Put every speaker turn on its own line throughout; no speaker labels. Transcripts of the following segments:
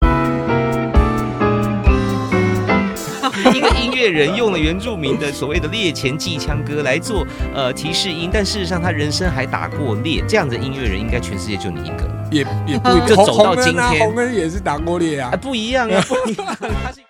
一个音乐人用了原住民的所谓的猎前祭枪歌来做呃提示音，但事实上他人生还打过猎，这样的音乐人应该全世界就你一个
也也不一定
就走到今
红人啊
天
红人也是打过猎啊
啊，。不一样啊，不一样，他是。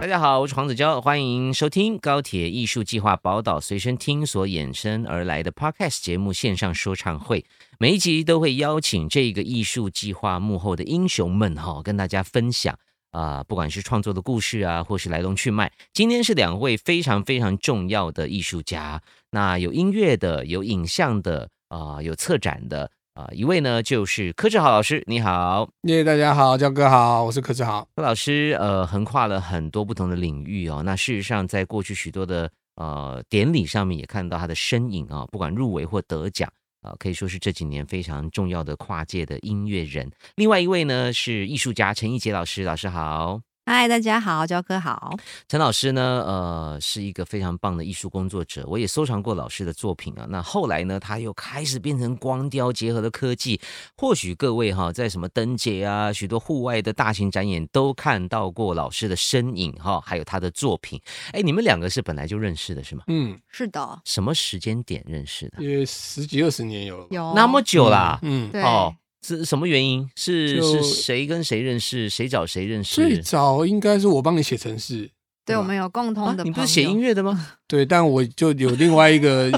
大家好，我是黄子佼，欢迎收听高铁艺术计划宝岛随身听所衍生而来的 Podcast 节目线上说唱会。每一集都会邀请这个艺术计划幕后的英雄们哈、跟大家分享啊、不管是创作的故事啊，或是来龙去脉。今天是两位非常非常重要的艺术家，那有音乐的，有影像的，啊、有策展的，啊、一位呢就是柯志豪老师，你好。
耶，大家好，江哥好，我是柯志豪。
柯老师，呃，横跨了很多不同的领域哦。那事实上，在过去许多的呃典礼上面也看到他的身影啊、不管入围或得奖，啊、可以说是这几年非常重要的跨界的音乐人。另外一位呢是艺术家陈义杰老师，老师好。
嗨，大家好，焦哥好。
陈老师呢，呃，是一个非常棒的艺术工作者，我也收藏过老师的作品啊。那后来呢，他又开始变成光雕结合的科技，或许各位哈，在什么灯节啊，许多户外的大型展演都看到过老师的身影哈，还有他的作品。哎，你们两个是本来就认识的是吗？
嗯，
是的，
什么时间点认识的？
也十几二十年有了吧，
有
那么久啦、
嗯，
对
哦，是什么原因？是
就是
谁跟谁认识？谁找谁认
最
识？啊
早应该是我帮你写程式，
对，
吧
我们有共同
啊
的朋友。
你不是写音乐的吗？
对，但我就有另外一个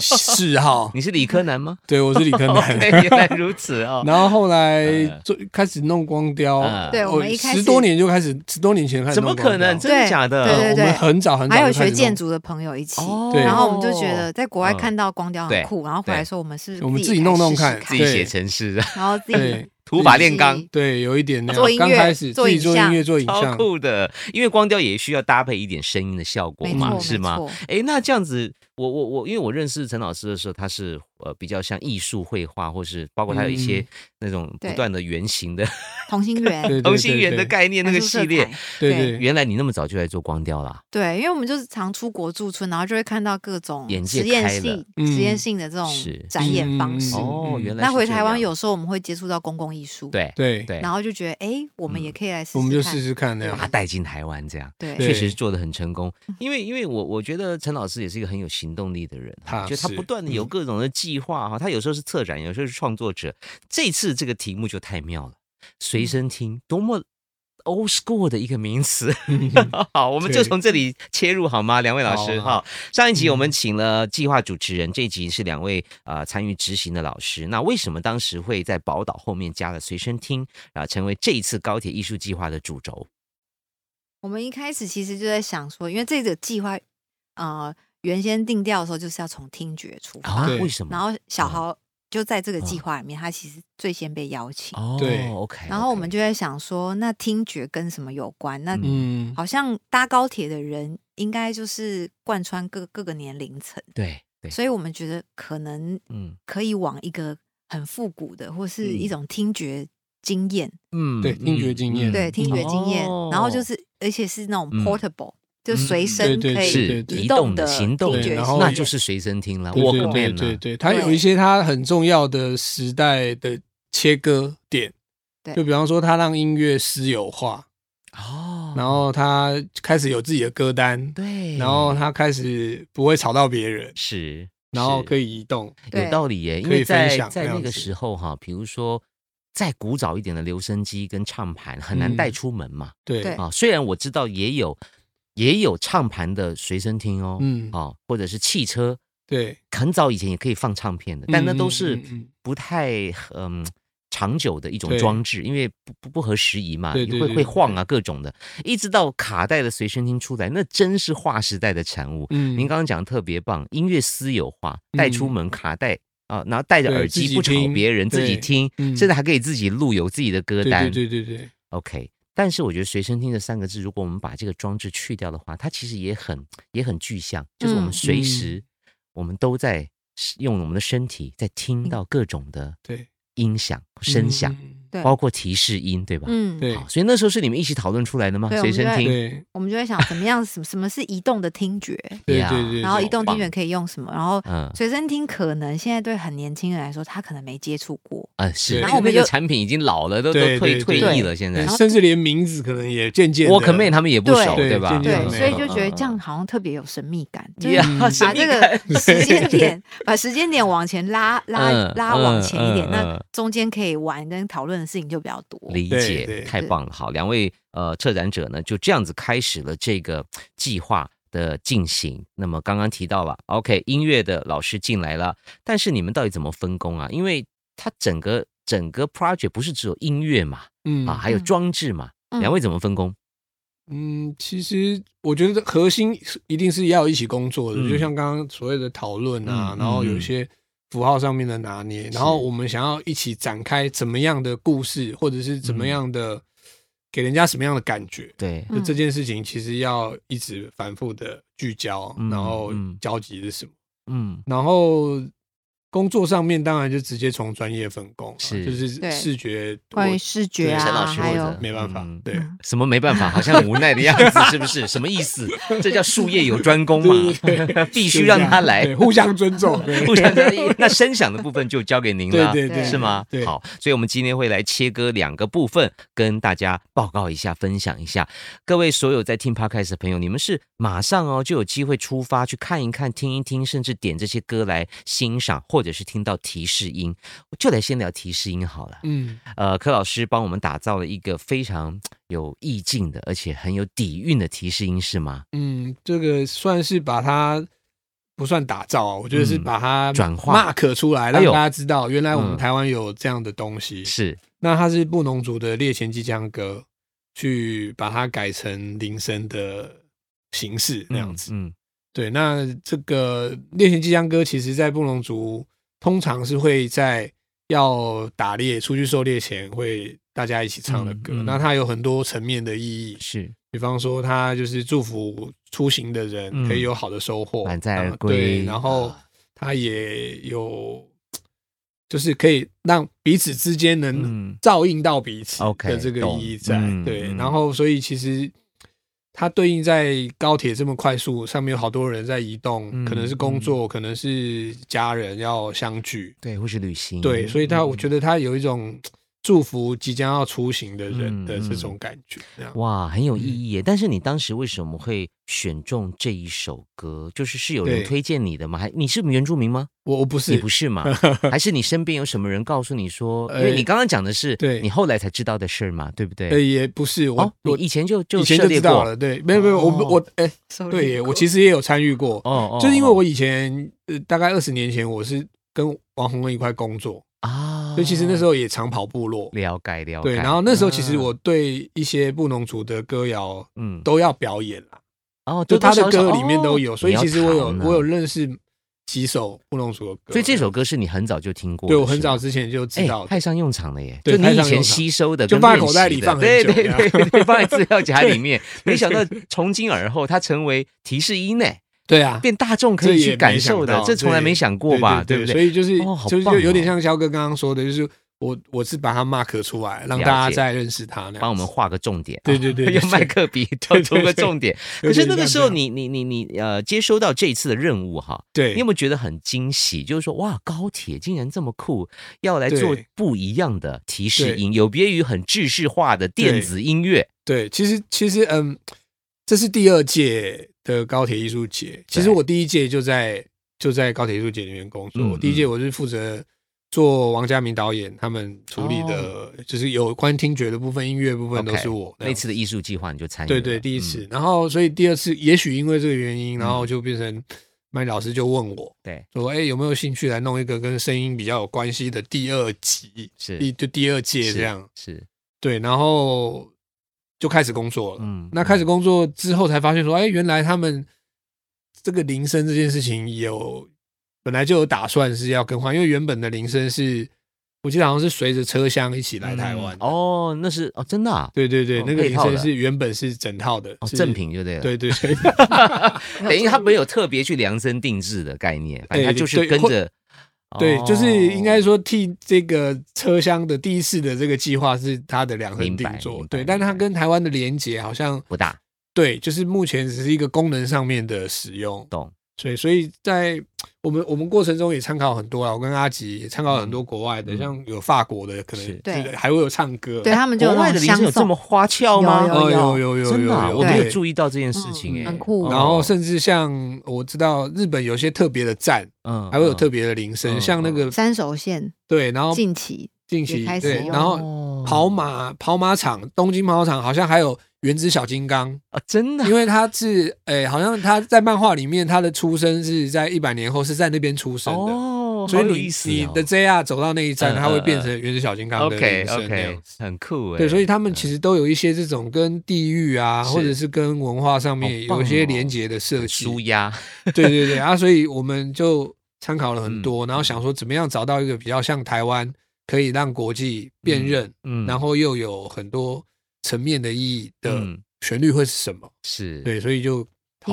嗜好，
你是理科 男吗？
对我是理科
OK，
男。
原来如此哦。
然后后来
嗯
做开始弄光雕
嗯，
对
哦
我们一开始
十多年就开始，十多年前开始
怎么
弄光
可
雕，
能？哦真的假的？
对对
我们很早很早
还有
就开
学
始
建
弄，
筑的朋友一起，
哦
对
然后我们就觉得在国外
嗯
看到光雕
对
很酷，然后回
对
来说我们是不是
我们
自
自己
己
弄
来
弄
试试
看
自
看
己
对
写程式，
然后自
对
己
土法炼钢。
对，有一点那
做
样。
音
刚
乐
开始
做
自己
影
做音
像
乐做影
超
像，
酷的，因为光雕也需要搭配一点声音的效果
没
嘛，
错
是
没
吗？
错，
哎，那这样子，我我我，因为我认识陈老师的时候，他是呃比较像艺术绘画，或是包括他有一些
嗯
那种不
对
断的圆形的
同心 圆，
对对
同心圆的概念那
艺
个
术
系
色
列
彩。
对
对
对
原来你那么早就来做光雕啊啦？
对，因为我们就是常出国驻村，然后就会看到各种
眼界
实验
开了
性、
嗯
实验性的这种
是
展演方式。
嗯
哦，原来
那
是
回
这
台湾
样
有时候我们会接触到公共艺术，，
对
对，
对，
然后就觉得哎，我们
嗯
也可以来试试看，
我们就试试看那样
把。它带进台湾这样。
对
对
确实做的很成功，因为因为我我觉得陈老师也是一个很有行动力的人
他，
就他
是
不断的有
嗯
各种的计划哈，他有时候是策展，有时候是创作者。这次这个题目就太妙了，
嗯
随身听，多么 old school 的一个名词。好，我们就
嗯对
从这里切入好吗？两位老师
好啊
哈，上一集我们请了计划主持人，这一集是两位呃参与执行的老师。那为什么当时会在宝岛后面加了随身听啊，成为这一次高铁艺术计划的主轴？
我们一开始其实就在想说，因为这个计划，呃，原先定调的时候就是要从听觉出发，
啊，
对
为什么？
然后小
嗯
豪就在这个计
嗯
划里面，他其实最先被邀请，
哦，
对
，OK。
然后我们就在想说，那听觉跟什么有关？那
嗯
嗯，
好像搭高铁的人应该就是贯穿各各个年龄层，
对对，
所以我们觉得可能
嗯
可以往一个很复古的，或是一
嗯
种听觉经验，
嗯
对听觉经验
对听觉经验，然后就
哦
是而且是那种
嗯
portable，、就
嗯
随
嗯
身
对
可以
是
对对
移
移
动
动
的、
的
行动
听
的
觉
对然
系
后
那
统
就是随身听了，
对
我
对
跟
对
面
对
了。
对，它有一些它很重要的时代的切割点。
对
就比方说，它让音乐私有化，
哦，
然后它开始有自己的歌单，
对，
然后它开始不会吵到别人，
是，
然后
是
可以移动。
有
对
道理耶，因
可以
为
分
在
享
在
那
那
样
个
子
时候哈，比如说。再古早一点的留声机跟唱盘很难
嗯
带出门嘛、
对
对，
啊，虽然我知道也有也有唱盘的随身听哦，
嗯，
啊，或者是汽车
对，
很早以前也可以放唱片的，但那都是
嗯嗯嗯
不太嗯长久的一种
对
装置，因为不不不合时宜嘛，
对
也
对
会
对
会
对
晃啊各种的，一直到卡带的随身听出来，那真是划时代的产物。
嗯，
您刚刚讲得特别棒，音乐私有化，带出
嗯
门卡带。啊，然后戴着
对
耳
自
机
己
不吵
听
别人，自己
对
听，
嗯
甚至还可以自己录，有自己的歌
对
单。
对对对对，
OK，但是我觉得随身听这三个字，如果我们把这个装置去掉的话，它其实也很也很具象，就是我们
嗯
随
嗯
时、我们都在使用我们的身体在听到各种的
对
音响、声响，，
嗯
对
包括提示音，对吧？
嗯，
对
好，所以那时候是你们一起讨论出来的吗？
对我
随
们
身
就在
听，
对
我们就在想怎么样，什么什么是移动的 听觉，
对对
呀
对，
然后
对
移动听
棒
觉可以用什么，然后
嗯
随身听可能现在对很年轻人来说，他可能没接触过，
啊，是，
对
然后我们
那个
就
产品已经老了，都都
对
退
对
退
对
役了，现在
后
甚至连名字可能也渐渐地
Walkman 他们也不熟，
对
吧？
渐渐
对，
没
所以
有
就觉得这样好像特别有神秘感，就是
嗯
把
呀 神秘
这 个时间点把时间点往前拉拉
嗯
拉往前一点
嗯，
那
嗯
中间可以玩跟讨论的事情就比较多。
理
对
解，
对
太
对
棒了！好，两位呃策展者呢，就这样子开始了这个计划的进行。那么刚刚提到了，OK，音乐的老师进来了，但是你们到底怎么分工啊？因为它整个整个 project 不是只有音乐嘛，
嗯
啊，还有
嗯
装置嘛，
嗯
两位怎么分工？
嗯，其实我觉得核心是一定是要一起工作的，
嗯
就像刚刚所谓的讨论啊，
嗯
然后有
嗯
一些符号上面的拿捏，然后我们想要一起展开怎么样的故事，或者是怎
嗯
么样的、给人家什么样的感觉，
对，
就
嗯
这件事情其实要一直反复的聚焦，
嗯
然后
嗯
交集是什么，
嗯
然后。工作上面当然就直接从专业分工啊、
是
就是
对
视觉我，
关于视觉
对
陈老
啊，
师
还
或
有
者
没办法，
嗯
对，
嗯
什么没办法，好像很无奈的样子，是不是？什么意思？这叫术业有专攻嘛， 必须让他来
对，互相尊重，对
互相在意。那声响的部分就交给您了，
对
对对
是吗？
对
好，所以我们今天会来切割两个部分，跟大家报告一下，分享一下。各位所有在听 podcast 的朋友，你们是马上哦就有机会出发去看一看、听一听，甚至点这些歌来欣赏，或者是听到提示音，就来先聊提示音好了。
嗯，
呃，柯老师帮我们打造了一个非常有意境的，而且很有底蕴的提示音，是吗？
嗯，这个算是把它不算打造啊，我觉得是
嗯
把它
转化
mark 出来，
哎
让
呦
大家知道原来我
嗯
们台湾有这样的东西。
是，
那它是布农族的猎前机枪歌，去把它改成铃声的形式那样子。
嗯，
对，那这个猎前机枪歌，其实在布农族通常是会在要打猎、出去狩猎前会大家一起唱的
嗯
歌。
嗯
那它有很多层面的意义
嗯，是
比方说，他就是祝福出行的人
嗯
可以有好的收获，
满载
然后
而归
对，然后
啊
他也有，就是可以让彼此之间能
嗯
照应到彼此
OK，
的这个
懂
意义在。
嗯
对
嗯，
然后所以其实它对应在高铁这么快速，上面有好多人在移动，
嗯
可能是工作，可能是家人要相聚，
对，或是旅行，
对，所以他我觉
得。
得他有一种祝福即将要出行的人的
嗯嗯
这种感觉，这样。
哇，很有意
嗯
义耶！但是你当时为什么会选中这一首歌？就是是有人
对
推荐你的吗？还你是原住民吗？
我我不是
你不是嘛？还是你身边有什么人告诉你说？因为
呃
你刚刚讲的是
对
你后来才知道的事儿嘛，对不对？
呃，也不是我、
哦，你
我
以前就就
以前
涉
就
猎
知道
过
了，对，没有没有，我不
哦
我哎、对耶，我其实也有参与过，
哦哦，
就是因为
哦
我以前呃大概二十年前我是跟王洪恩一块工作，
啊，
所以其实那时候也常跑部落，
了解了解。
对，然后那时候其实
啊
我对一些布农族的歌谣
嗯，
都要表演啦，
哦，多多
就他的
少少
歌里面都有，
哦
所以
你要
其实我有
弹呢
我有认识几首布农族的歌，
所以这首歌是你很早就听过的，
对我很
是吗
早之前就知
哎，
道的，
派上用场了耶！
对
就
派
你以
上
前
用场
吸收的
就
跟
放在
练
口袋
习
里
的
放很
对
久
对
这样
对对对，放在资料 夹里面。没想到从今而后，它成为提示音呢，
对啊，
变大众可
这
以
也
去
没
感受
想
的，
到
这从来
对
没想过吧？
对
不
所
对？
以就是、
哦好
就是
棒
就有点
哦
像肖哥刚刚说的，就是我我是把它 mark 出来，让
了
大家
解
再认识它那样子。
帮我们画个重点，啊
对对对对
用麦
对
克笔抽出个重点。可
有
是
点
那个
像
时
这
候
样
你，你你你呃，接收到这一次的任务哈，
对
你有没有觉得很惊喜？就是说，哇，高铁竟然这么酷，要来
对
做不一样的提示音，有别于很制式化的电
对
子音乐。
对，其实其实嗯，这是第二届的高铁艺术节。其实
对
我第一届就在就在高铁艺术节里面工作。
嗯
我第一届
嗯
我是负责做王家明导演他们处理的，就是有关听觉的部分、音乐部分都
哦 OK，
是我这
那
样
次的艺术计划你就参与了，
对对，第一次。
嗯
然后所以第二次，也许因为这个原因，然后
嗯
就变成麦老师就问我
对，
说：“哎、有没有兴趣来弄一个跟声音比较有关系的第二集？
是
第就第二届
是
这样。
是，”
对，然后就开始工作了。
嗯
那开始工作之后才发现说：“哎、原来他们这个铃声这件事情有本来就有打算是要更换，因为原本的铃声是我记得好像是随着车厢一起来台湾。
嗯哦，那是哦，真的啊，
对对对，
哦
那个
配
铃
套
声
的
是原本是整套的，
哦，
是
正品就对了，
对对 对
等于它没有特别去量身定制的概念，反正它
哎
就是
对
跟
或
着，
对，就是应该
说。
说替这个车厢的第一次的这个计划是它的量身
明
定
白明
做
白，
对，但它
明白
跟台湾的连接好像
不大，
对，就是目前只是一个功能上面的使用，
懂？
所以所以在我们我们过程中也参考很多啊，我跟阿吉也参考很多国外的，
嗯
像有法国的，可能
是
这个
对
还会有唱歌，
对他们就有
国
那
外的铃
种相
声有这么
送，
花俏吗？
有
哦，有有有有
真的啊、
有，
我没有
对
注意到这件事情哎、
嗯很酷
哦
然后甚至像我知道日本有些特别的站，
嗯
还会有特
别
别的铃声，
嗯
像那个
三手线
对，
哦
然后
近期
近期
也开始
对，
用
然后跑马跑马场，东京跑马场好像还有原子小金刚，
啊，真的啊
因为他是诶、好像他在漫画里面他的出生是在一百年后是在那边出生的，
哦，
所以
好有
你、
意思
你
哦
的 JR 走到那一站，
嗯
它会
嗯
变
嗯
成原子小金刚的铃
OK
声那样
OK，
子
很酷哎、
对，所以他们其实都有一些这种跟地域啊，
是
或者是跟文化上面
好棒
有一些
哦
连结的设
很
计。
舒压，
对对对啊，所以我们就参考了很
嗯
多，然后想说怎么样找到一个比较像台湾，可以让国际辨认，
嗯，
然后又有很多层面的意义的
嗯
旋律会是什么？
是
对，所以就
提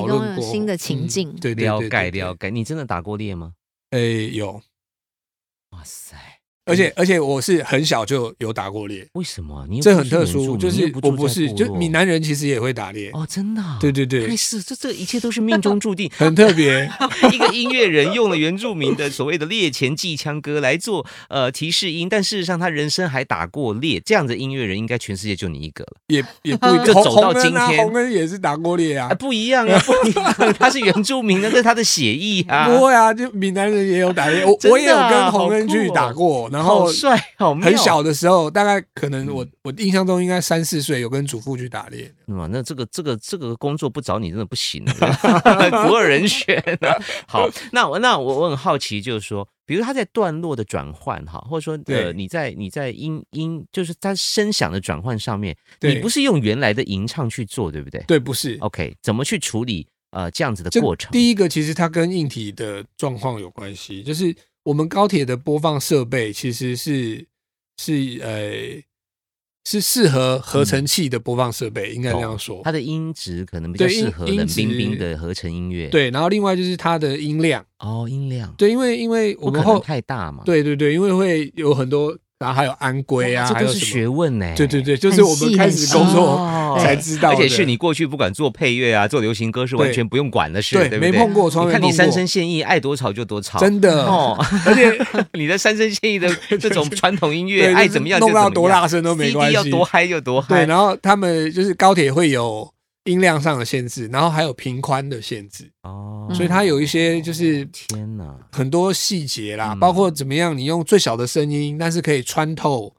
讨
供
论
了
过
新的情境
嗯对对
了
对
解
对
了
对，
解。你真的打过猎吗？
诶，有，
哇塞，
而且而且我是很小就有打过猎，
为什么啊嗯你又
这
不
很
是
特
原住
殊，
民
就
你又
是我不
住在
是，
部
就
落
闽南人其实也会打猎，
哦，真的啊，
对对对。
太是这这一切都是命中注定
很特别。
一个音乐人用了原住民的所谓的猎前祭枪歌来做呃提示音，但事实上他人生还打过猎，这样的音乐人应该全世界就你一个了。
也也不一定
就
红
走到
红恩啊，
今天
红恩也是打过猎啊
啊，，不一样啊，不一 样，他是原住民，那是他的血裔 啊。
不会啊，就闽南人也有打猎，我
真的啊
我也有跟洪恩
好酷哦
去打过，然
好
后
帅，好妙嗯
很小的时候，大概可能我我印象中应该三四岁有跟祖父去打猎，
哇，那这个这个这个工作不找你真的不行啊， 不二人选啊。好，那我那我我很好奇，就是说，比如他在段落的转换哈，或者说呃
对
你在你在音音就是它声响的转换上面，
对
你不是用原来的吟唱去做，对不对
对，不是。
？OK，怎么去处理呃这样子的
这
过程？
第一个其实它跟硬体的状况有关系，就是我们高铁的播放设备其实是是呃是适合合成器的播放设备，应该这样说
嗯哦它。的音质可能比较
对音
适合
音
冷冰冰
质
的合成音乐，
对，然后另外就是它的音量，
哦，音量
对，因为因为我
不
们
可
后
能太大嘛，
对对对，因为会有很多，然后还有安规啊，
哇
还
这
有
都
什
是
么
学问呢、欸
对对对，就是我们开始
很
工
细
作
哦
才知道
而
的，
且是你过去不管做配乐啊、做流行歌是完
对
全不用管的事，
对
对不
没
对？
碰过，从
你
来没
看你
碰
三
过，
生现意，爱多吵就多吵，
真的
哦。而且 你的三生现意的这种传统音
对
乐，
就是
爱怎么样就怎
弄
么
到
样，
多大声都没
CD
关
要
系，
多嗨就多
对，
嗨。
然后他们就是高铁会有音量上的限制，然后还有频宽的限制，
哦
所以它有一些就是
天哪，
很多细节啦，
嗯
包括怎么样你用最小的声音，但是可以穿透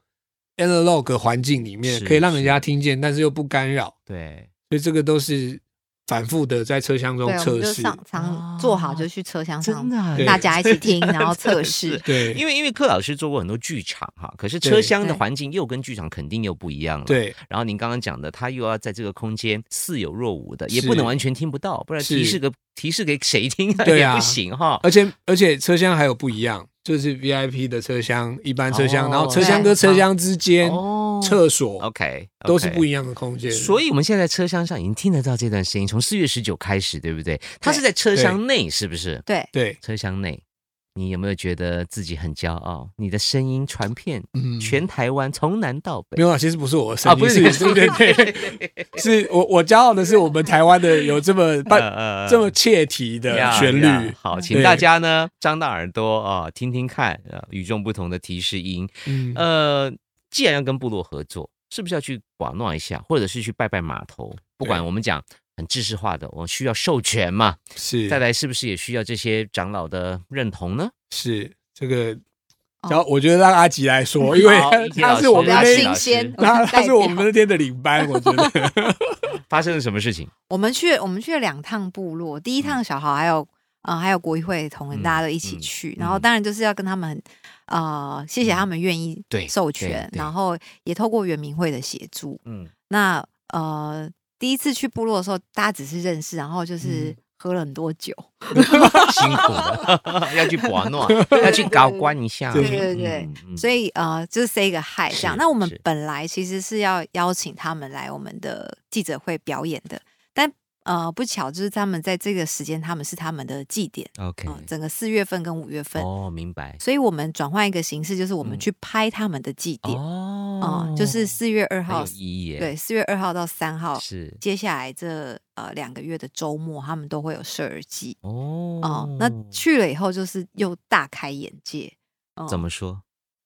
analog 环境里面，
是
可以让人家听见，但是又不干扰，
对，
所以这个都是反复的在车厢中
对，我
测
们就
试。
上
哦
常做好就去车厢上
真，的啊
对
大家一起听，然
真的
后测
是
试。
对，
因为因为柯老师做过很多剧场哈，可是车
对
厢的
对
环境又跟剧场肯定又不一样了。。
对
然后您刚刚讲的，他又要在这个空间似有若无的，也
是
不能完全听不到，不然
是
提示个提示给谁听啊
对
也
啊
不行哈。
而且而且车厢还有不一样，就是 VIP 的车厢、一般车厢，
哦
然后车厢跟车厢之间、
哦
厕所
OK，
都是不
样。
一样的空间。
所以我们现在在车厢上已经听得到这段声音，从四月十九开始，对不对？它是在车厢内，是不是？
对，
对，
车厢内，你有没有觉得自己很骄傲？你的声音传遍
嗯，
全台湾，从南到北
没。有啊，其实不是我的声
啊
音，
不是
是
你的
对对对， 是我我骄傲的是我们台湾的有这么办、
呃
这么切题的
呀
旋律嗯
呀，好，请
对
大家呢张大耳朵啊、听听看啊、与众不同的提示音。
嗯，
呃，既然要跟部落合作，是不是要去广闹一下，或者是去拜拜码头？不管
对
我们讲很知识化的，我需要授权 嘛，
是
再来是不是也需要这些长老的认同呢？
是这个。
哦
然后我觉得让阿吉来说，因为
好
他
一起老
他
师
是我
比
们
较
来
那
一起
一
老
新
师
鲜，我
他
们
他
代
是我
表
们那天的领班，我觉 得
发生了什么事情？
我们去我们去了两趟部落，第一趟小豪还有呃还有国议会同仁，
嗯
大家都一起
嗯
去，
嗯
然后当然就是要跟他们很呃谢谢他们愿意
对
授
对
权，
对
然后也透过原民会的协助。
嗯，
那呃第一次去部落的时候，大家只是认识，然后就是
嗯
喝了很多酒，
辛苦了，要去广 闹，要去搞官一下。
对
对对
嗯，嗯
所以呃就是 say 个 hi 这样。
是
那我们
是
本来其实是要邀请他们来我们的记者会表演的，但呃不巧就是他们在这个时间他们是他们的祭典。
OK，
嗯，整个四月份跟五月份，
哎哦，明白。
所以我们转换一个形式，就是我们
嗯
去拍他们的祭典。
哦，
啊、
哦，
就是四月二
很
号
有，意义耶，
对，哦四月二号到三号，
是
接下来这呃两个月的周末，他们都会有设耳机
哦
哦、那去了以后，就是又大开眼界。哦
怎么说？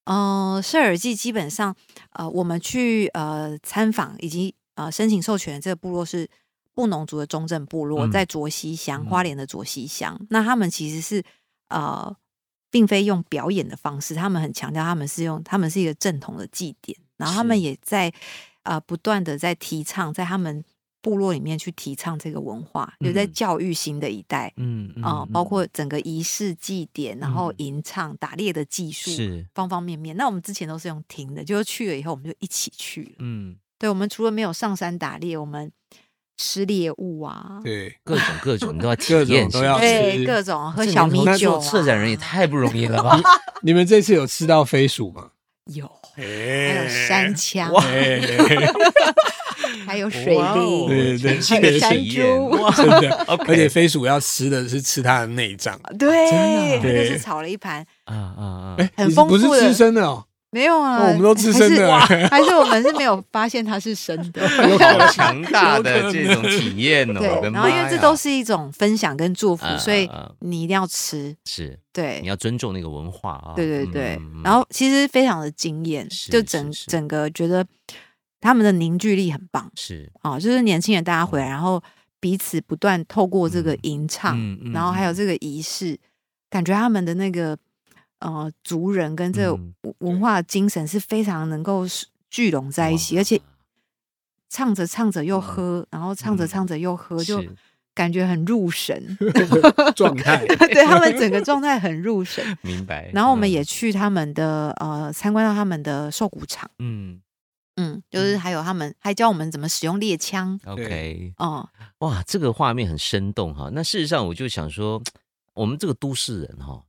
呃，射耳记基本上，呃，我们去呃参访以及呃申请授权的这个部落是布农族的中正部落，
嗯
在卓溪乡，
嗯
花莲的卓溪乡。那他们其实是呃，并非用表演的方式，他们很强调他们是用他们是一个正统的祭典，然后他们
是
也在呃不断的在提倡，在他们部落里面去提倡这个文化，就在
嗯
教育新的一代。
嗯嗯
啊、包
嗯
括整个仪式祭典，然后
嗯
吟唱、打猎的技术，
是
方方面面。那我们之前都是用听的，就是去了以后我们就一起去了。
嗯
对，我们除了没有上山打猎，我们吃猎物啊，
对，
各种各种你都要体
各种
验
都
是
要
吧
吃
对，
吃
各种喝
这
小
年
米
头
酒、啊
做。策展人也太不容易了吧？
你们这次有吃到飞鼠吗？
有，还
哎
有山羌，
哎哎
还有 水
哇哦
灵，
对
全
对
还
新
有
的
山
体验
猪
哇
真 的，
，OK，
而且飞鼠要吃的是吃它的内脏，
对，
真的啊
他就是
对
炒了一盘，
啊啊啊，
哎，
很
你
丰
不是
富的
吃生的哦，
没有啊，
哦我们都吃
还是
生的
哇还是我们是没有发现它是生 的。
好强大的
有可能
这种体验哦！我
对，
的
然后因
妈
为这
呀
都是一种分享跟祝福，
啊
所以
啊啊
你一定要吃。
是
对
你，要尊重那个文化啊，
对对对，
嗯
然后其实非常的惊艳，
是
就是整
是
整个觉得他们的凝聚力很棒
是
啊、就是年轻人大家回来，然后彼此不断透过这个
嗯
吟唱，
嗯嗯
啊然后还有
嗯
这个仪式，感觉他们的那个呃族人跟这个
嗯
文文化精神是非常能够是聚拢在一起，而且唱着唱着又
嗯
喝，然后唱着
嗯
唱着又喝，
我
就感觉很 入神，
状态，
对他们整个状态很入神。
明白。
然后我们
嗯
也去他们的呃参观到他们的兽骨场，
嗯
嗯，就是还有他们还教我们怎么使用猎枪，
，OK，
哦、
哇，这个画面很生动哈。那事实上，我就想说，我们这个都市人哈，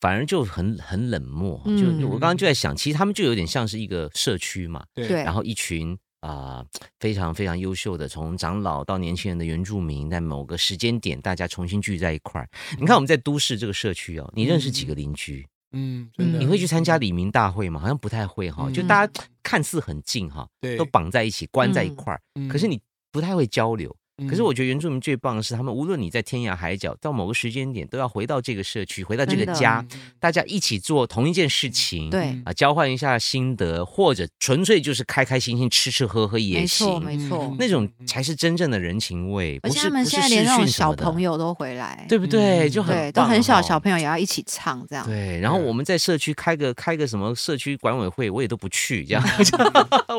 反而就很很冷漠。就
嗯
我刚刚就在想，其实他们就有点像是一个社区嘛，
对
然后一群啊、非常非常优秀的，从长老到年轻人的原住民，在某个时间点，大家重新聚在一块儿。你看我们在都市这个社区哦，你认识几个邻居？
嗯，真的，
你会去参加李明大会吗？好像不太会哈、就大家
嗯
看似很近哈、
对
都绑在一起，关在一
嗯
块儿、
嗯
可是你不太会交流。
嗯
可是我觉得原住民最棒的是，他们无论你在天涯海角，到某个时间点，都要回到这个社区，回到这个
真的
家
嗯，
大家一起做同一件事情。
对，
啊，交换一下心得，或者纯粹就是开开心心吃吃喝喝也
没错
行，
没错
嗯，
那种才是真正的人情味，不
而且
是
他们
不是
现在连
视
那种
讯什
小
么的
朋友都回来，
对不对？
嗯
就很
对都很
棒
小
哦
小朋友也要一起唱这样，
对，然后
对
我们在社区开个开个什么社区管委会，我也都不去，这样，
嗯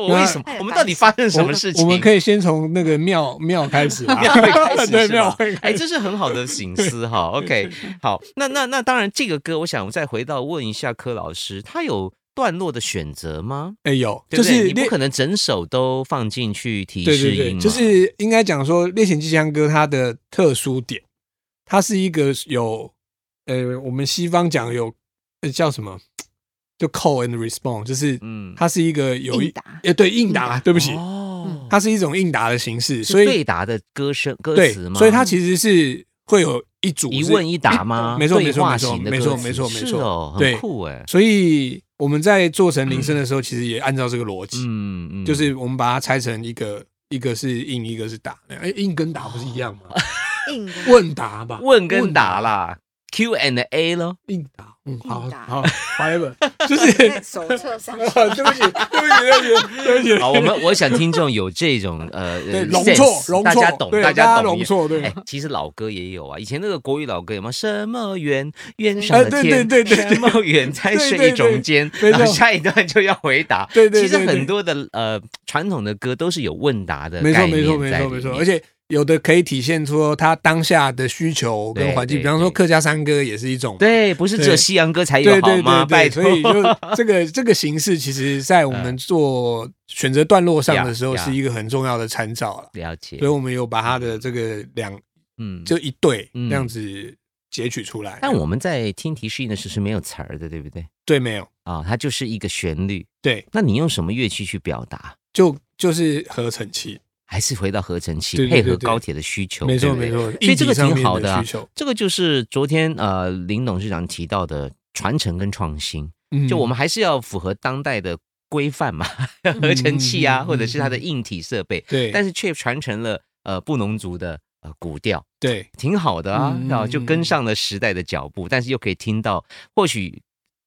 我为 什么
那？
我们到底发生 什么事情？
我们可以先从那 个庙庙开始吧，
庙会开始
对
是吧
庙会
哎，
开始，
这是很好的醒思哈。OK，好， 那那那当然，这个歌我想我再回到问一下柯老师，他有段落的选择吗？
哎有，
对不
就
对
是
你不
猎
可能整首都放进去提
对
示
对
音
对，
嘛，
就是应该讲说《猎犬机枪歌》它的特殊点，它是一个有呃，我们西方讲有呃叫什么，就 call and response，就是
嗯
它是一个有
应
一
答，
呃对应
应
答，
答
对不起，
哦，
它是一种应答的形式，
是
所以
对答的歌声歌
对
词，吗？
所以它其实是会有一组
一
是
问一答吗？
没错
对
没错
话
没错
型的
没
歌
错
词
没错没
是
错
哦，很
对
酷哎，
所以我们在做成铃声的时候，其实也按照这个逻辑，
嗯嗯，
就是我们把它拆成一个，一个是应，一个是答。哎，应跟答不是一样吗？
应
问答吧，
哦问跟答啦，Q and A 咯。
应答。嗯，好
应答
好，whatever，就是，对
手 册上
不起，对不起，对不起，对 不
好，
起。
我们我想听众有这种呃
对，
呃
容
sense，
错，容错，
大家懂，
对
大
大
家懂
容。错，对
哎，，其实老歌也有啊，以前那个国语老歌有没有什么远远
哎
上的
对
天，
对对对对
什么远在
对
水
对
中间，
没
然后
错
下一段就要回答。
对对
其实
对对
很多的呃传统的歌都是有问答的
没错，
概
没
念
错，没
在
错，
里
没错。
面
而且有的可以体现出他当下的需求跟
对
环境，
对
比方说
对
客家山歌也是一种嘛，
对，不是只有
对
西洋歌才有
对
好
对
吗？
对
拜托
对，所，以就这个这个形式，其实在我们做选择段落上的时候，
嗯呀呀
是一个很重要的参照了。
了解
所以，我们有把它的这个两
嗯，
就一对
嗯
这样子截取出来。
但我们在听提示音的时候是没有词儿的，对不对？
对没有
啊、它就是一个旋律。
对，
那你用什么乐器去表达？
就就是合成器，
还是回到合成器，
对对对
配合
对
高铁的需求，
没错
对不对
没错，
所以这个
硬体上
挺
面
好的
的
啊
需求。
这个就是昨天呃林董事长提到的传承跟创新，
嗯嗯
就我们还是要符合当代的规范嘛，合成器啊，或者是它的硬体设备，
对，
但是却传承了呃布农族的呃古调，
对，
挺好的啊，
嗯
然后就跟上了时代的脚步，但是又可以听到，或许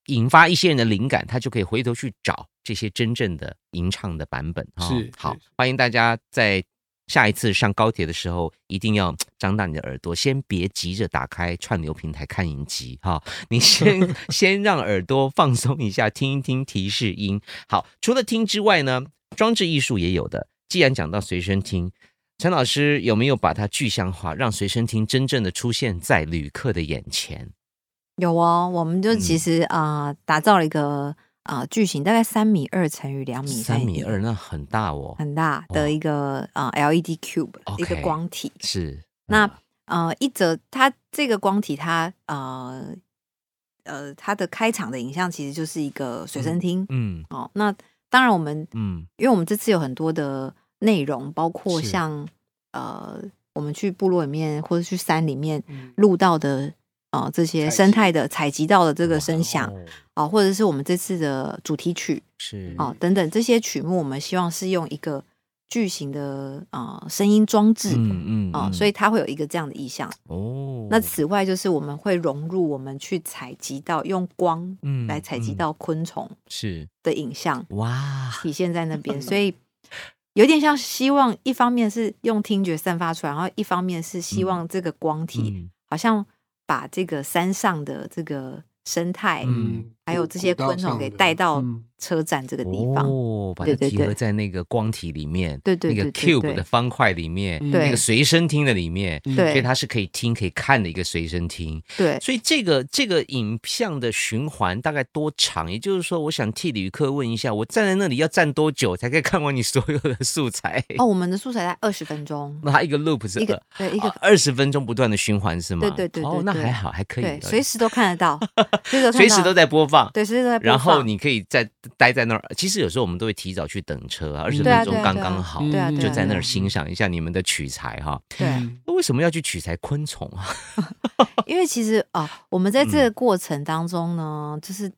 引发一些人的灵感，他就可以回头去找这些真正的吟唱的版本。哦
是
好
是，
欢迎大家在下一次上高铁的时候，一定要张大你的耳朵，先别急着打开串流平台看影集哈、 你先先让耳朵放松一下，听一听提示音。好，除了听之外呢，装置艺术也有的。既然讲到随身听，陈老师有没有把它具象化，让随身听真正的出现在旅客的眼前？
有哦，我们就
嗯
其实啊、呃打造了一个啊、呃巨型，大概三米二乘以两米，
三米二，那很大哦，
嗯很大
哇
的一个啊、呃 LED cube 一个
OK
光体。
是
那
嗯
呃，一则它这个光体它，呃呃，它的开场的影像其实就是一个随身听、
嗯
哦。那当然，我们
嗯
因为我们这次有很多的内容，包括
是
像呃，我们去部落里面或者去山里面录到的呃这些
采
生
集
态的采集到的这个声
哇
响
哦
啊、或者是我们这次的主题曲
是
哦、等等这些曲目，我们希望是用一个巨型的呃声音装置。
嗯
哦，所以它会有一个这样的意象。
哦，
那此外，就是我们会融入我们去采集到用光
嗯
来采集
嗯
到昆虫
是
的影像，
哇，
体现在 那边，所以有点像希望，一方面是用听觉散发出来，然后一方面是希望这个光体
嗯
好像把这个山上的这个生态，
嗯
还有这些昆虫给带到车站这个地方。
哦，把它
对对
集合
对
在那个光体里面，
对对
那个
对对
cube
对嗯
的方块里面，那个
对嗯
随身听的里面，所以
对
它是可以听可以看的一个随身听。
对，
所以这个这个影像的循环大概多长？也就是说，我想替旅客问一下，我站在那里要站多久才可以看完你所有的素材？
哦，我们的素材在二十分 钟，
那它一个 loop 是呃
一个对一个
二十分钟不断的循环是吗？
对对对对
哦，那
对
还好，还可以
对，
的，
随时都看得到，随时都看
随
得
时
到
都在播放。
对，随时都在播
然后
放
你可以在待在那儿，其实有时候我们都会提早去等车啊，二十
对啊
分钟
对啊
刚
对啊
刚好，
对啊对啊
就在那
对
儿
啊
欣赏一下你们的取材哈。
对。
为什么要去取材昆虫啊？
因为其实啊、我们在这
嗯
个过程当中呢，就是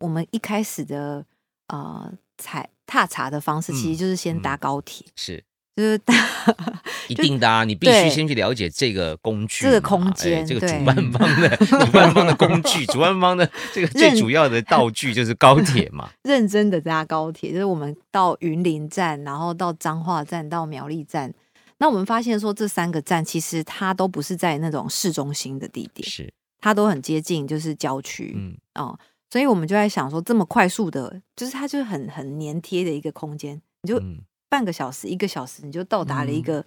我们一开始的呃采踏查的方式，
嗯
其实就是先搭
嗯
高铁，
是
就是搭
一定的啊，你必须
对
先去了解这个工具嘛，
这个空
哎
间
这个主
对
办方的 主办方的工具，主办 方的这个最
认
主要的道具就是高铁嘛。
认真的搭高铁，就是我们到云林站，然后到彰化站，到苗栗站。那我们发现说，这三个站其实它都不是在那种市中心的地点，
是，
它都很接近就是郊区。
嗯，
哦，所以我们就在想说，这么快速的，就是它就是很很粘贴的一个空间，你就
嗯
半个小时、一个小时，你就到达了一
嗯
个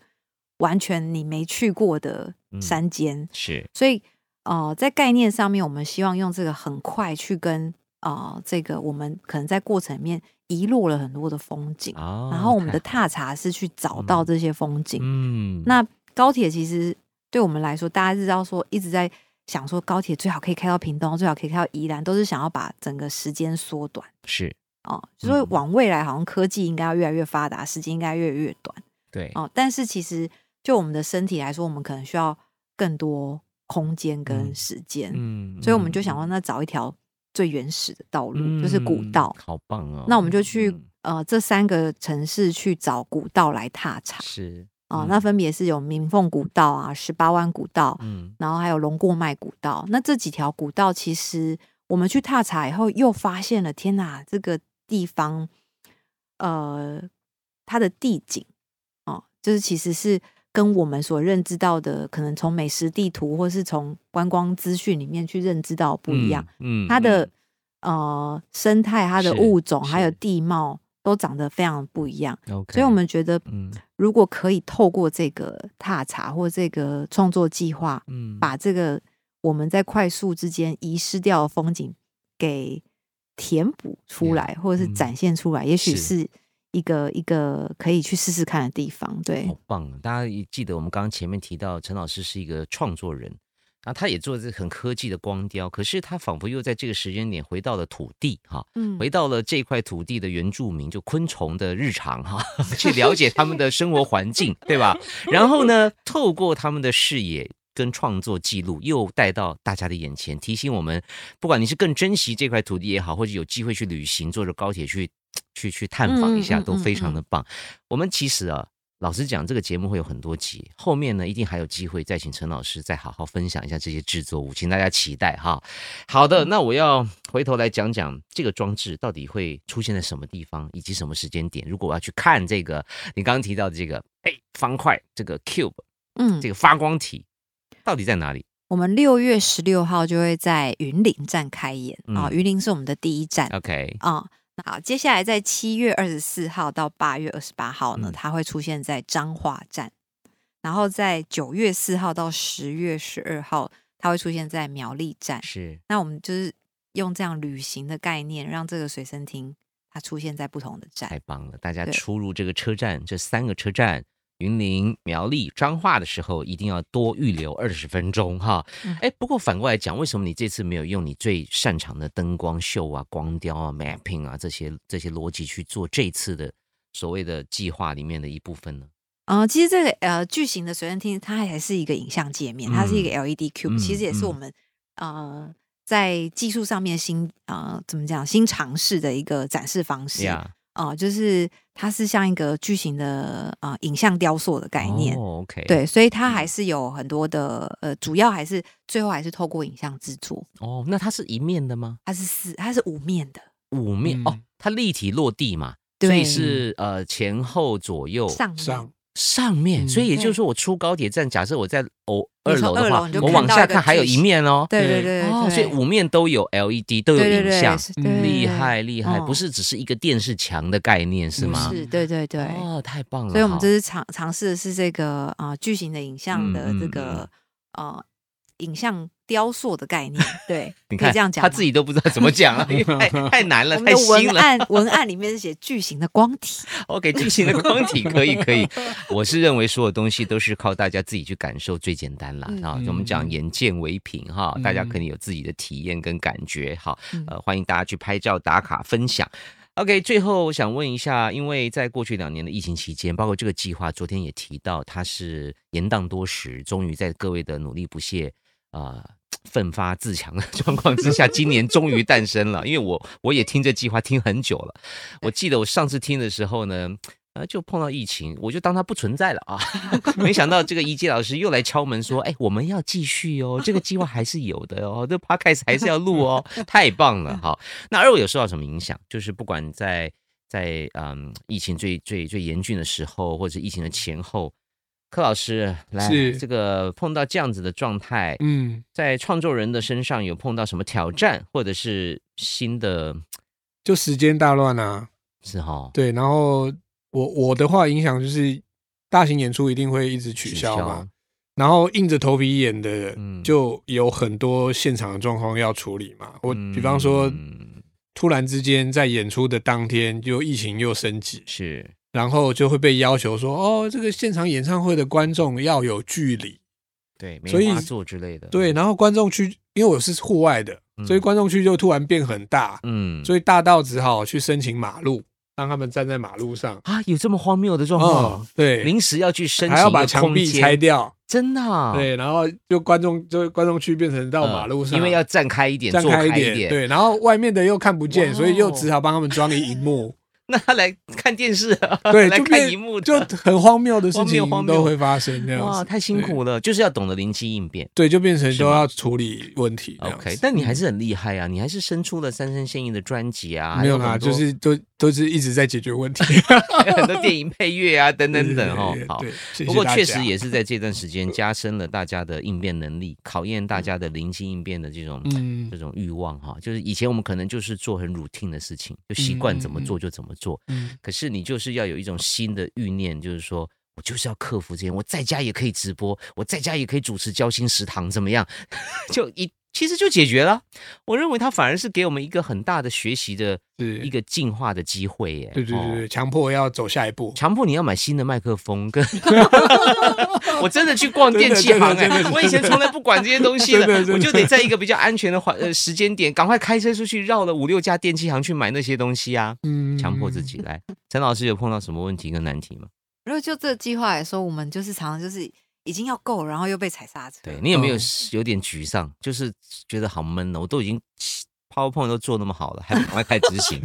完全你没去过的
嗯
山间。
是，
所以，呃，在概念上面，我们希望用这个很快去跟呃这个我们可能在过程里面遗落了很多的风景，
哦
然后我们的
太好了
踏查是去找到
嗯
这些风景。
嗯，
那高铁其实对我们来说，大家知道说一直在想说高铁最好可以开到屏东，最好可以开到宜兰，都是想要把整个时间缩短
是
哦。所以
嗯
往未来好像科技应该要越来越发达，时间应该越来越短
对，
哦。但是其实就我们的身体来说，我们可能需要更多空间跟
嗯
时间，
嗯
所以我们就想说，
嗯
那找一条最原始的道路，
嗯
就是古道。
好棒哦。
那我们就去、
嗯
呃这三个城市去找古道来踏查。
是
哦
嗯，
那分别是有明凤古道啊、十八湾古道，
嗯
然后还有龙过麦古道。那这几条古道，其实我们去踏查以后，又发现了，天哪，这个地方，呃，它的地景哦，就是其实是跟我们所认知到的，可能从美食地图或是从观光资讯里面去认知到不一样。，
嗯，嗯
它的
嗯、
呃生态、它的
是
物种还有
是
地貌都长得非常不一样，
OK，
所以我们觉得
嗯
如果可以透过这个踏查或这个创作计划，
嗯
把这个我们在快速之间遗失掉的风景给填补出来，或者是
嗯
展现出来，也许
是
是一个一个可以去试试看的地方。对
好，棒啊！大家也记得我们刚刚前面提到，陈老师是一个创作人，然后他也做这很科技的光雕，可是他仿佛又在这个时间点回到了土地哈、
嗯
回到了这块土地的原住民，就昆虫的日常哈， 去了解他们的生活环境，对吧？然后呢，透过他们的视野。跟创作记录又带到大家的眼前，提醒我们，不管你是更珍惜这块土地也好，或者有机会去旅行，坐着高铁去去去探访一下，
嗯嗯
都非常
嗯嗯
的棒。我们其实啊，老实讲，这个节目会有很多集，后面呢一定还有机会再请陈老师再好好分享一下这些制作物，请大家期待哈。好的，那我要回头来讲讲这个装置到底会出现在什么地方，以及什么时间点。如果我要去看这个你刚刚提到的这个哎方块，这个 cube，
嗯
这，个发光体到底在哪里
我们六月十六号就会在云林站开演
嗯呃
啊、云林是我们的第一站
？OK，
啊、那好，接下来在七月二十四号到八月二十八号呢，
嗯
它会出现在彰化站，然后在九月四号到十月十二号，它会出现在苗栗站。
是
那我们就是用这样旅行的概念，让这个随身听它出现在不同的站。
太棒了！大家
对
出入这个车站，这三个车站。云林、苗栗、彰化的时候，一定要多预留二十分钟哈
嗯。
哎、不过反过来讲，为什么你这次没有用你最擅长的灯光秀啊、光雕啊、mapping 啊这些这些逻辑去做这次的所谓的计划里面的一部分呢？
嗯、其实这个呃巨型的随身听，它还是一个影像界面，它是一个 LED
嗯
cube，、其实也是我
嗯
们、呃在技术上面新呃怎么讲新尝试的一个展示方式。
呀、
哦、就是它是像一个巨型的啊、呃影像雕塑的概念。
哦、OK，
对，所以它还
嗯
是有很多的呃，主要还是最后还是透过影像制作，
哦，那它是一面的吗？
它是四，它是五面的，
五面、哦
嗯，
它立体落地嘛，所
对，
以是呃前后左右
上面
上
上面，
嗯
所以也
对
就是说，我出高铁站，假设我在哦
你
二
从
楼的
二
话
楼你就，
我
看
往
到
下
一个
看还有
巨
一
型
面哦。
对对
对
对，
哦，所以
对
五面都有 LED，都有
对对
影
对
像，
是
嗯
对
厉害厉害，
嗯
不是只是一个电视墙的概念是吗？
是，对对对。
哦，太棒了！
所以我们
好
这次尝尝试的是这个啊、呃巨型的影像的
嗯
这
嗯
个、呃影像雕塑的概念，对，
你
可以
看
这样讲吗。
他自己都不知道怎么讲 了，因为太太难了，
我们
太
的
新
文
了。
案文案里面是写巨型的光体，
OK，巨型的光体可以可 以，我是认为所有东西都是靠大家自己去感受最简单啦
嗯
啊。
嗯
我们讲眼见为凭哈，
嗯
大家肯定有自己的体验跟感觉哈
嗯。
呃，欢迎大家去拍照打卡分享。OK，最后我想问一下，因为在过去两年的疫情期间，包括这个计划，昨天也提到它是延宕多时，终于在各位的努力不懈啊。呃奋发自强的状况之下，今年终于诞生了。因为我我也听这计划听很久了，我记得我上次听的时候呢，呃，就碰到疫情，我就当它不存在了啊。 没想到这个一季老师又来敲门说：“哎，我们要继续哦，这个计划还是有的哦，这 podcast 还是要录哦，太棒了哈。”那二位有受到什么影响？就是不管在在嗯疫情最最最严峻的时候，或者疫情的前后，柯老师来
是
这个碰到这样子的状态，
嗯。
在创作人的身上有碰到什么挑战，或者是新的
就时间大乱啊，
是哈？
对，然后我我的话影响就是大型演出一定会一直取
取
消嘛
消，
然后硬着头皮演的
嗯，
就有很多现场的状况要处理嘛。我比方说，
嗯
突然之间在演出的当天就疫情又升级，
是
然后就会被要求说，哦，这个现场演唱会的观众要有距离，
对
所以
梅花座之类的，
对，，然后观众区因为我是户外的，
嗯
所以观众区就突然变很大，
嗯，
所以大到只好去申请马路，让他们站在马路上。
啊，有这么荒谬的状况
哦，，对，
临时要去申请
还要
一
把
个
墙
空
壁
间
拆，掉，
真的啊、
对，然后就观众就观众区变成到
嗯
马路上，
因为要站开一点，
站
坐
开
开
一
点
点，。对，然后外面的又看不
哇
见，
哦
所以又只好帮他们装一荧 幕，
那他来看电视啊，
对，
来
就
看
变
荧幕
就
的，
很荒谬的事
荒谬
情
荒谬
都会发生这样
哇，
子，
太辛苦了，就是要懂得灵机应变。
对，就变成
是
都
吗
要处理问题这样子。
OK，但你还是很厉害啊，你还是生出了三生现役的专辑啊，还
没有
很
啦，
多
就是都都是一直在解决问题，
还 有很多电影配乐 啊，等等等哦
对。对
好，
对谢谢
不过
大
确
家
实也是在这段时间加深了大家的应变能力，考验大家的灵机应变的这种
嗯
这种欲望哈，就是以前我们可能就是做很 routine 的事情，就习惯怎么做就怎么做。
嗯
可是你就是要有一种新的欲念，就是说我就是要克服这些，我在家也可以直播，我在家也可以主持交心食堂，怎么样？ 就一其实就解决了。我认为它反而是给我们一个很大的学习的
是
一个进化的机会耶。
对对
哦
对对，强迫要走下一步，
强迫你要买新的麦克风， 跟我真的去逛电器行哎、
真的真的真的
我以前从来不管这些东西的
真的真，的
我就得在一个比较安全的环呃时间点，赶快开车出去绕了五六家电器行去买那些东西啊，
嗯，
强迫自己来。陈老师有碰到什么问题跟难题吗？
如果就这个计划来说，我们就是常常就是已经要够，然后又被踩刹车。
对你有没有
嗯
有点沮丧，就是觉得好闷哦，我都已经 PowerPoint 都做那么好了，还不赶快开始执 行？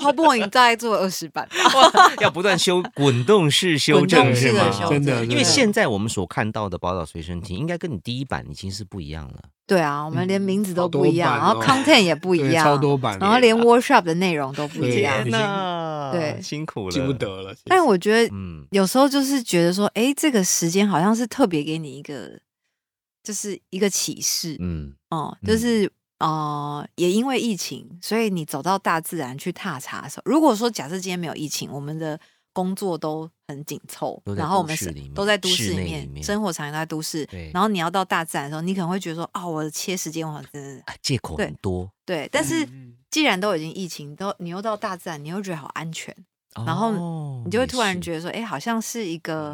好不容易再做二十 版吧，
要不断修滚动式修正
滚动式
是吗
的？修
真的
正
因为
对
现在我们所看到的宝岛随身听，应该跟你第一版已经是不一样了。
对啊，我们连名字都不一
嗯
样，然
好
后
多版哦
content 也不
不
一样，
超多版的，
然后连 workshop 的内容都不一样
对。
呐
对
辛苦了，
记不。得啊了。
但我觉得
嗯，
有时候就是觉得说，哎，这个时间好像是特别给你一个，就是一个启示
嗯，
哦、
嗯
就是呃，也因为疫情，所以你走到大自然去踏查的时候，如果说假设今天没有疫情，我们的工作都很紧凑
都，在
然后我
都
们
市
是
里面
都在都市
室
里
内
面，
里面
生活常常在都市
对，
然后你要到大自然的时候，你可能会觉得说，啊，我切时间，我真的
啊借口
对
很多。
对，但是。
嗯
既然都已经疫情，都你又到大自然，你又觉得好安全，然后
后
你就会突然
得，
觉得说，哎、好像是一个、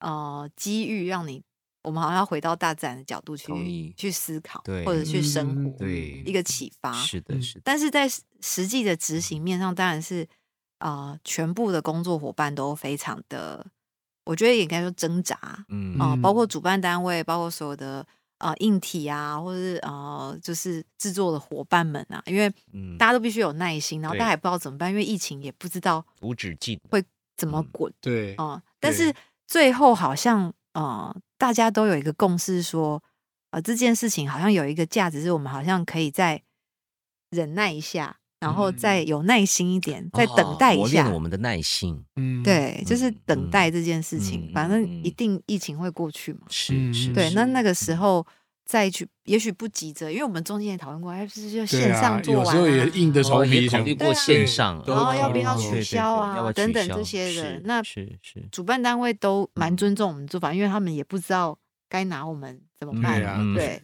嗯
呃机遇，让你我们好像要回到大自然的角度去
同意
去思考，
对
或者去生
嗯
活，
对
一个启发。
是的，
嗯
是的，
但是在实实际的执
嗯
行面上，当然是啊、呃全部的工作伙伴都非常的，我觉得也应该说挣扎啊、
嗯
呃
嗯
包括主办单位，包括所有的。呃，硬体啊，或者是呃，就是制作的伙伴们啊，因为
嗯，
大家都必须有耐心，然后
对
大家也不知道怎么办，因为疫情也不知道
无止境。
怎么
嗯
滚
对，
啊、呃但
对
是最后好像呃，大家都有一个共识说，呃，这件事情好像有一个价值，是我们好像可以再忍耐一下，然后再有耐心一点，再
哦
等待一
哦磨
下
练。我们的耐心。
嗯，
对，就是
嗯
等待这件事情，
嗯
反
嗯
正
嗯
一定疫情会过去嘛。
是
嗯
是，
对，
是
那那个时候再去，也许不急着，因为我们中间也讨论过，哎，是不是就
对
线
啊
上做
有
完、
时候也硬着
我
头
哦也
皮
考
想
虑
对
过
啊
线上，
对
啊
然后要不要
对对
取
对
消啊
要不要
等
取
等
消
这些的
是
那
是嗯是，
主办单位都蛮尊重我们做法，因为他们也不知道该拿我们怎么办。
对啊
嗯
对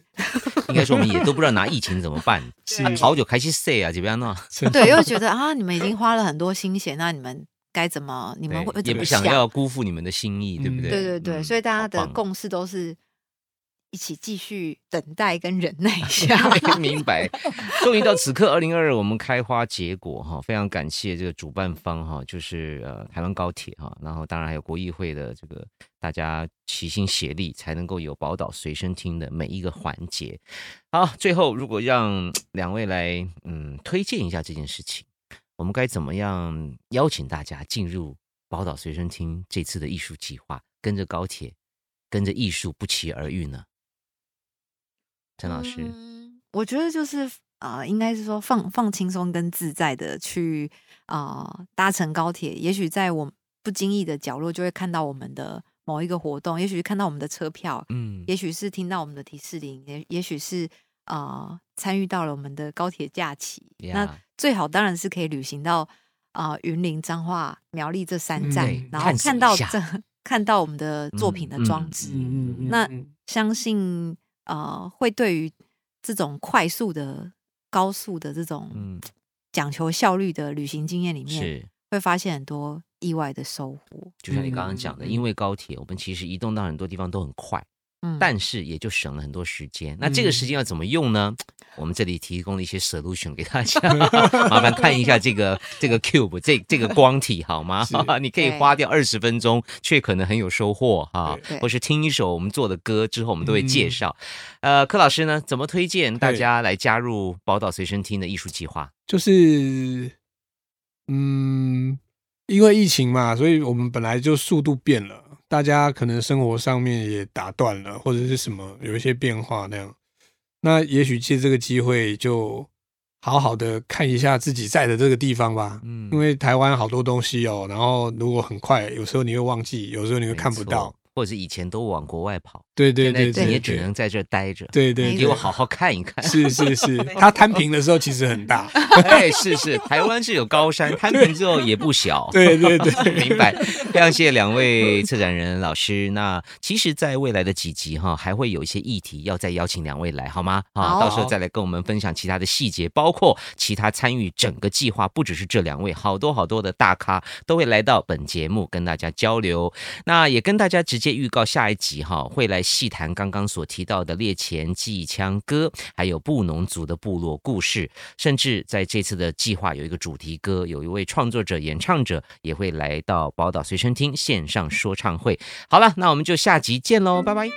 应该说我们也都不知道拿疫情怎么办，
是
啊好久开始 say 啊，怎么样弄？
对，又觉得啊，你们已经花了很多心血，那你们该怎么，你们会
也
怎
不
么
想要辜负你们的心意，对不
嗯
对？
对对对，
嗯
所以大家
好
的
棒
共识都是一起继续等待跟忍耐一下。
哎明白，终于到此刻，二零二二我们开花结果哈，非常感谢这个主办方哈，就是呃台湾高铁哈，然后当然还有国议会的这个大家齐心协力，才能够有宝岛随身听的每一个环节。好，最后如果让两位来嗯推荐一下这件事情，我们该怎么样邀请大家进入宝岛随身听这次的艺术计划，跟着高铁，跟着艺术不期而遇呢？陈老师。
嗯，我觉得就是啊、呃应该是说放放轻松跟自在的去啊、呃搭乘高铁，也许在我不经意的角落就会看到我们的某一个活动，也许是看到我们的车票，
嗯，
也许是听到我们的提示铃，也也许是啊参与到了我们的高铁假期。
Yeah
那最好当然是可以旅行到啊、呃云林、彰化、苗栗这三站，
嗯
然后
探索
看
一
到
下
这 看到我们的作
嗯
品的
嗯
装置。
嗯嗯嗯，
那
嗯
相信呃，会对于这种快速的、高速的这种
嗯，
讲求效率的旅行经验里面，
是，
会发现很多意外的收获。
就像你刚刚讲的，
嗯嗯嗯
因为高铁，我们其实移动到很多地方都很快，
嗯，
但是也就省了很多时间。那这个时间要怎么用呢？我们这里提供了一些 solution 给大家， 麻烦看一下这个这个 cube 这这个光体好吗
是？
你可以
对
花掉二十分钟，却可能很有收获哈
对。
或是听一首我们做的歌之后，我们都会介
嗯
绍。呃，柯老师呢，怎么推荐大
对
家来加入宝岛随身听的艺术计划？
就是，嗯，因为疫情嘛，所以我们本来就速度变了，大家可能生活上面也打断了，或者是什么有一些变化那样。那也许借这个机会，就好好的看一下自己在的这个地方吧。
嗯
因为台湾好多东西哦，然后如果很快，有时候你会忘记，有时候你会
没
看不
错
到。，
或者是以前都往国外跑。
对对
现在
对对，
你也只
对
能在这儿待着，
对对
没
给我
对
错
好好看一看。
是是是，它摊平的时候其实很大。
哎，是是，台湾是有高 山，摊平之后也不小。
对对对，
明白，非常谢谢两位策展人老师。那其实，在未来的几集哈，还会有一些议题要再邀请两位来，好吗？啊，
好
到时候再来跟我们分享其他的细节，包括其他参与整个计划，不只是这两位，好多好多的大咖都会来到本节目跟大家交流。那也跟大家直接预告下一集哈，会来细谈刚刚所提到的猎前祭枪歌，还有布农族的部落故事。甚至在这次的计划有一个主题歌，有一位创作者、演唱者也会来到宝岛随身听线上说唱会。好了，那我们就下集见喽，拜拜。